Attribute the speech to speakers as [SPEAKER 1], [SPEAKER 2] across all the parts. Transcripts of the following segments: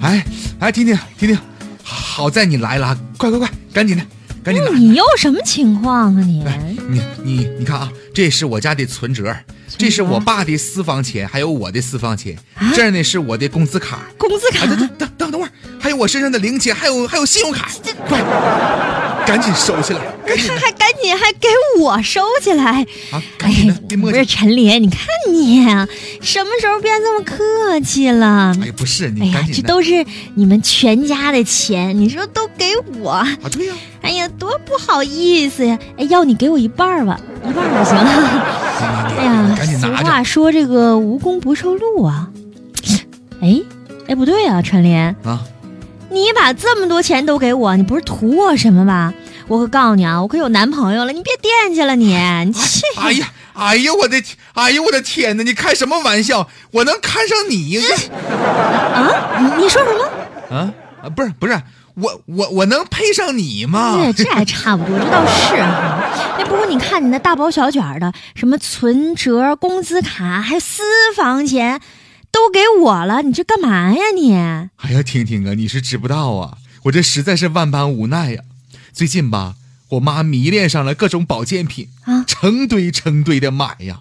[SPEAKER 1] 哎哎，婷婷婷婷，好在你来了，快快快，赶紧的，赶紧的。
[SPEAKER 2] 嗯你又什么情况啊你？
[SPEAKER 1] 来，你你你看啊，这是我家的存折，
[SPEAKER 2] 嗯
[SPEAKER 1] 这是我爸的私房钱，还有我的私房钱，
[SPEAKER 2] 啊
[SPEAKER 1] 这儿呢是我的工资卡，
[SPEAKER 2] 工资
[SPEAKER 1] 啊
[SPEAKER 2] 卡，
[SPEAKER 1] 等等等等等会儿，还有我身上的零钱，还有还有信用卡，快，赶紧收起来，赶紧的
[SPEAKER 2] 还赶紧还给我收起来。哎
[SPEAKER 1] 啊，赶紧的，别
[SPEAKER 2] 不
[SPEAKER 1] 墨
[SPEAKER 2] 是
[SPEAKER 1] 迹。
[SPEAKER 2] 陈林，你看你什么时候变这么客气了？
[SPEAKER 1] 哎呀，不是
[SPEAKER 2] 哎
[SPEAKER 1] 你，
[SPEAKER 2] 呀
[SPEAKER 1] 赶，紧
[SPEAKER 2] 这
[SPEAKER 1] 的
[SPEAKER 2] 都是你们全家的钱，你说都给我，
[SPEAKER 1] 啊，对呀，
[SPEAKER 2] 哎呀，多不好意思呀！哎，要你给我一半儿吧，一半儿不行。
[SPEAKER 1] 你
[SPEAKER 2] 哎
[SPEAKER 1] 你
[SPEAKER 2] 呀，
[SPEAKER 1] 你赶紧
[SPEAKER 2] 俗
[SPEAKER 1] 拿
[SPEAKER 2] 话
[SPEAKER 1] 着
[SPEAKER 2] 说这个无功不受禄啊。 哎，哎，不对啊，陈林，
[SPEAKER 1] 啊，
[SPEAKER 2] 你把这么多钱都给我，你不是图我什么吧？我可告诉你啊，我可有男朋友了，你别惦记了你，你气。
[SPEAKER 1] 哎呀，哎呀，我的天，哎呀，我的天哪！你开什么玩笑？我能看上你？
[SPEAKER 2] 嗯啊，你你说什么？
[SPEAKER 1] 啊啊，不是不是，我我我能配上你吗
[SPEAKER 2] 对，？哎这还差不多，这倒是哈。那不过你看你那大包小卷儿的，什么存折、工资卡，还有私房钱，都给我了，你这干嘛呀你？
[SPEAKER 1] 哎呀，婷婷啊，你是知不道啊，我这实在是万般无奈呀、最近吧，我妈迷恋上了各种保健品
[SPEAKER 2] 啊
[SPEAKER 1] 成堆成堆的买呀。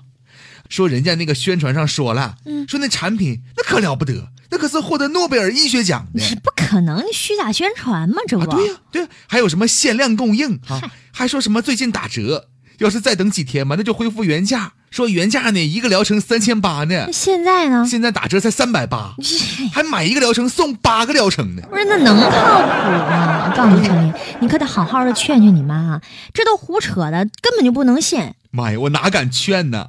[SPEAKER 1] 说人家那个宣传上说了，
[SPEAKER 2] 嗯
[SPEAKER 1] 说那产品那可了不得，那可是获得诺贝尔医学奖的
[SPEAKER 2] 你不可能，你虚假宣传嘛，这
[SPEAKER 1] 哎啊！
[SPEAKER 2] 不、
[SPEAKER 1] 对呀、对呀、还有什么限量供应啊
[SPEAKER 2] 嗨？
[SPEAKER 1] 还说什么最近打折，要是再等几天吧，那就恢复原价。说原价呢，一个疗程三千八呢
[SPEAKER 2] 那，现在呢？
[SPEAKER 1] 现在打折才三百八，
[SPEAKER 2] 这
[SPEAKER 1] 还买一个疗程送八个疗程呢。
[SPEAKER 2] 不是那能靠谱吗？我告诉你，陈林，你可得好好的劝劝你妈啊，这都胡扯的，根本就不能信。
[SPEAKER 1] 妈呀，我哪敢劝呢？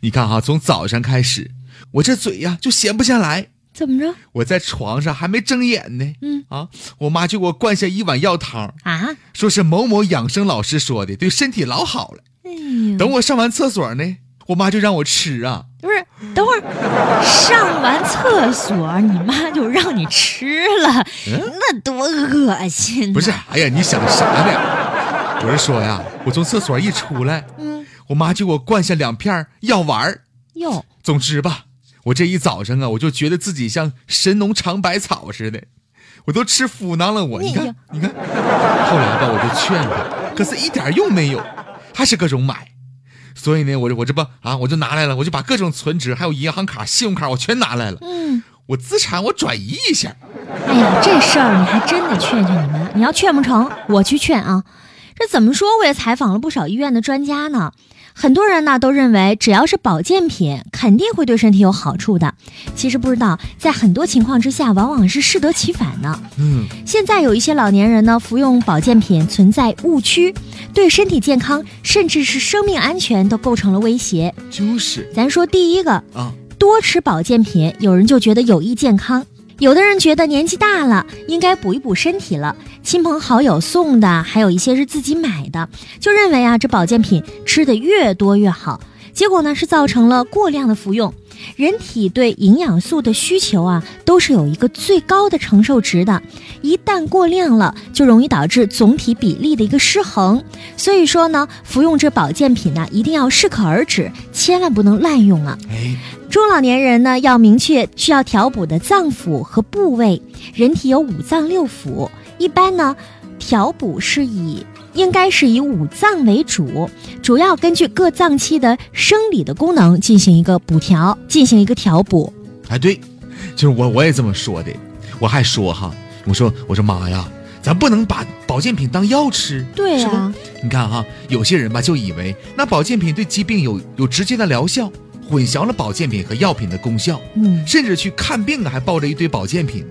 [SPEAKER 1] 你看哈、啊从早上开始，我这嘴呀就闲不下来。
[SPEAKER 2] 怎么着
[SPEAKER 1] 我在床上还没睁眼呢，
[SPEAKER 2] 嗯
[SPEAKER 1] 啊，我妈就给我灌下一碗药汤，
[SPEAKER 2] 啊？
[SPEAKER 1] 说是某某养生老师说的，对身体老好了。
[SPEAKER 2] 哎呦，
[SPEAKER 1] 等我上完厕所呢，我妈就让我吃啊，
[SPEAKER 2] 不是，等会儿上完厕所，你妈就让你吃了，
[SPEAKER 1] 嗯
[SPEAKER 2] 那多恶心、呐啊
[SPEAKER 1] 不是，，哎呀，你想啥呢？我是说呀，我从厕所一出来，
[SPEAKER 2] 嗯，
[SPEAKER 1] 我妈就给我灌下两片儿药丸儿。
[SPEAKER 2] 哟，
[SPEAKER 1] 总之吧，我这一早上啊，我就觉得自己像神农尝百草似的，我都吃腐囊了我。
[SPEAKER 2] 你
[SPEAKER 1] 你看，你看，后来吧，我就劝她，可是一点用没有，还是各种买。所以呢，我这我这不啊，我就拿来了，我就把各种存折、还有银行卡、信用卡，我全拿来了，
[SPEAKER 2] 嗯，
[SPEAKER 1] 我资产我转移一下。
[SPEAKER 2] 哎呀，这事儿你还真得劝劝你妈，你要劝不成，我去劝啊。这怎么说？我也采访了不少医院的专家呢。很多人呢都认为，只要是保健品，肯定会对身体有好处的。其实不知道，在很多情况之下，往往是适得其反呢。
[SPEAKER 1] 嗯，
[SPEAKER 2] 现在有一些老年人呢，服用保健品存在误区，对身体健康甚至是生命安全都构成了威胁。
[SPEAKER 1] 就是
[SPEAKER 2] 咱说第一个，
[SPEAKER 1] 啊，
[SPEAKER 2] 多吃保健品，有人就觉得有益健康。有的人觉得年纪大了，应该补一补身体了，亲朋好友送的，还有一些是自己买的，就认为啊，这保健品吃的越多越好。结果呢，是造成了过量的服用。人体对营养素的需求啊，都是有一个最高的承受值的，一旦过量了，就容易导致总体比例的一个失衡。所以说呢，服用这保健品呢、一定要适可而止，千万不能滥用啊。
[SPEAKER 1] 哎，
[SPEAKER 2] 中老年人呢，要明确需要调补的脏腑和部位。人体有五脏六腑，一般呢，调补是以应该是以五脏为主，主要根据各脏器的生理的功能进行一个补调，进行一个调补。
[SPEAKER 1] 哎，对，就是我我也这么说的，我还说哈，我说我说妈呀，咱不能把保健品当药吃，
[SPEAKER 2] 对
[SPEAKER 1] 是吧
[SPEAKER 2] 啊？
[SPEAKER 1] 你看哈，有些人吧就以为那保健品对疾病有有直接的疗效，混淆了保健品和药品的功效，
[SPEAKER 2] 嗯，
[SPEAKER 1] 甚至去看病啊还抱着一堆保健品。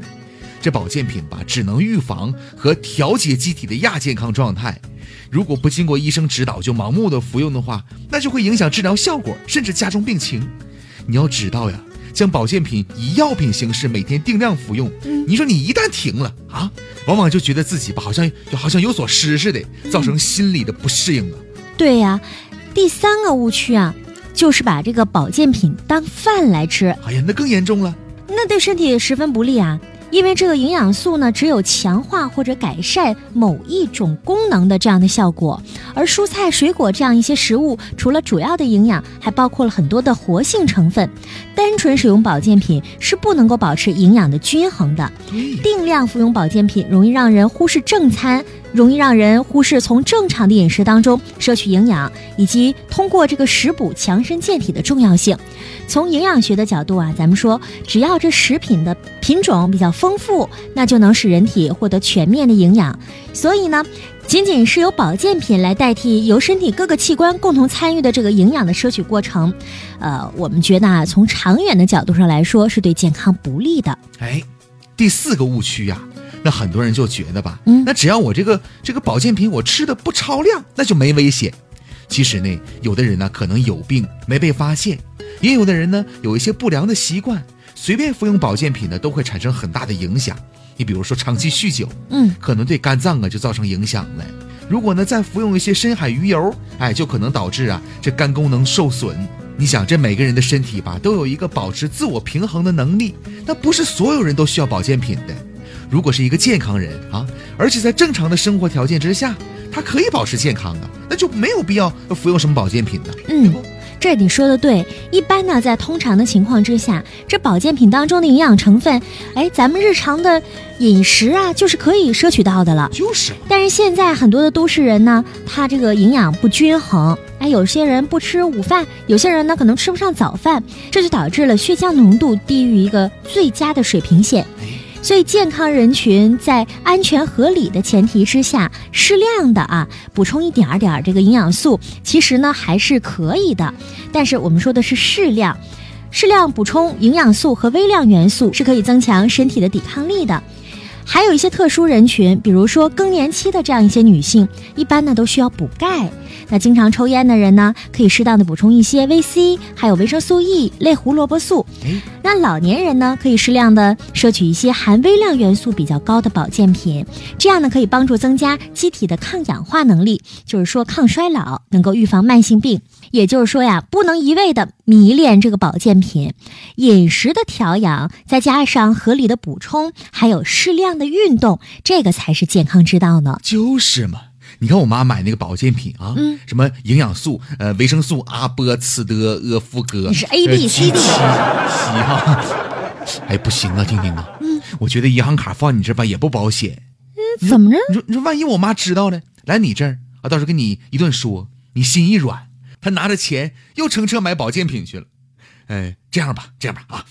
[SPEAKER 1] 这保健品吧，只能预防和调节机体的亚健康状态，如果不经过医生指导就盲目的服用的话，那就会影响治疗效果，甚至加重病情。你要知道呀，将保健品以药品形式每天定量服用，你说你一旦停了啊，往往就觉得自己吧好像好像有所失似的，造成心理的不适应啊。
[SPEAKER 2] 对呀、第三个误区啊，就是把这个保健品当饭来吃，
[SPEAKER 1] 哎呀，那更严重了。
[SPEAKER 2] 那对身体十分不利啊。因为这个营养素呢，只有强化或者改善某一种功能的这样的效果。而蔬菜、水果这样一些食物，除了主要的营养，还包括了很多的活性成分。单纯使用保健品是不能够保持营养的均衡的。
[SPEAKER 1] 对，
[SPEAKER 2] 定量服用保健品容易让人忽视正餐，容易让人忽视从正常的饮食当中摄取营养，以及通过这个食补强身健体的重要性。从营养学的角度啊，咱们说，只要这食品的品种比较丰富，那就能使人体获得全面的营养。所以呢。仅仅是由保健品来代替由身体各个器官共同参与的这个营养的摄取过程，呃，我们觉得啊，从长远的角度上来说是对健康不利的。
[SPEAKER 1] 哎，第四个误区呀、那很多人就觉得吧，
[SPEAKER 2] 嗯
[SPEAKER 1] 那只要我这个这个保健品我吃的不超量，那就没危险。其实呢，有的人呢可能有病没被发现，也有的人呢有一些不良的习惯，随便服用保健品呢都会产生很大的影响。你比如说长期酗酒，
[SPEAKER 2] 嗯，
[SPEAKER 1] 可能对肝脏啊就造成影响了。如果呢再服用一些深海鱼油，哎，就可能导致啊这肝功能受损。你想，这每个人的身体吧都有一个保持自我平衡的能力，那不是所有人都需要保健品的。如果是一个健康人啊，而且在正常的生活条件之下，他可以保持健康啊，那就没有必要服用什么保健品的。
[SPEAKER 2] 嗯，这你说的对。一般呢，在通常的情况之下，这保健品当中的营养成分，哎，咱们日常的饮食啊，就是可以摄取到的了。
[SPEAKER 1] 就是嘛，
[SPEAKER 2] 但是现在很多的都市人呢，他这个营养不均衡，哎，有些人不吃午饭，有些人呢可能吃不上早饭，这就导致了血浆浓度低于一个最佳的水平线。
[SPEAKER 1] 哎，
[SPEAKER 2] 所以，健康人群在安全合理的前提之下，适量的啊补充一点儿点儿这个营养素，其实呢还是可以的。但是我们说的是适量，适量补充营养素和微量元素是可以增强身体的抵抗力的。还有一些特殊人群，比如说更年期的这样一些女性，一般呢都需要补钙。那经常抽烟的人呢，可以适当的补充一些维 C，还有维生素 E、类胡萝卜素。
[SPEAKER 1] 哎，
[SPEAKER 2] 那老年人呢，可以适量的摄取一些含微量元素比较高的保健品，这样呢可以帮助增加机体的抗氧化能力，就是说抗衰老，能够预防慢性病。也就是说呀，不能一味的迷恋这个保健品，饮食的调养，再加上合理的补充，还有适量的运动，这个才是健康之道呢。
[SPEAKER 1] 就是嘛。你看我妈买那个保健品啊，
[SPEAKER 2] 嗯
[SPEAKER 1] 什么营养素、呃维生素啊、波、次的、呃、夫哥，
[SPEAKER 2] 你是 A B C D
[SPEAKER 1] 七哈， 哎不行啊，丁丁啊，嗯，我觉得银行卡放你这儿吧也不保险，
[SPEAKER 2] 怎么着？
[SPEAKER 1] 你说你说万一我妈知道了，来你这儿啊，到时候跟你一顿说，你心一软，她拿着钱又乘车买保健品去了。哎，这样吧，这样吧啊，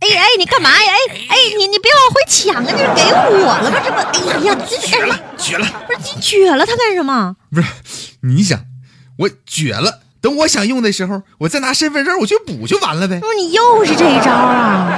[SPEAKER 2] 哎哎，你干嘛呀？哎哎，你你别往回抢啊！你是给我了吗？这不，哎呀，这是干什么？
[SPEAKER 1] 绝了！
[SPEAKER 2] 不是你撅了它干什么？
[SPEAKER 1] 不是，你想，我绝了。等我想用的时候，我再拿身份证我去补就完了呗。
[SPEAKER 2] 不是你又是这一招啊！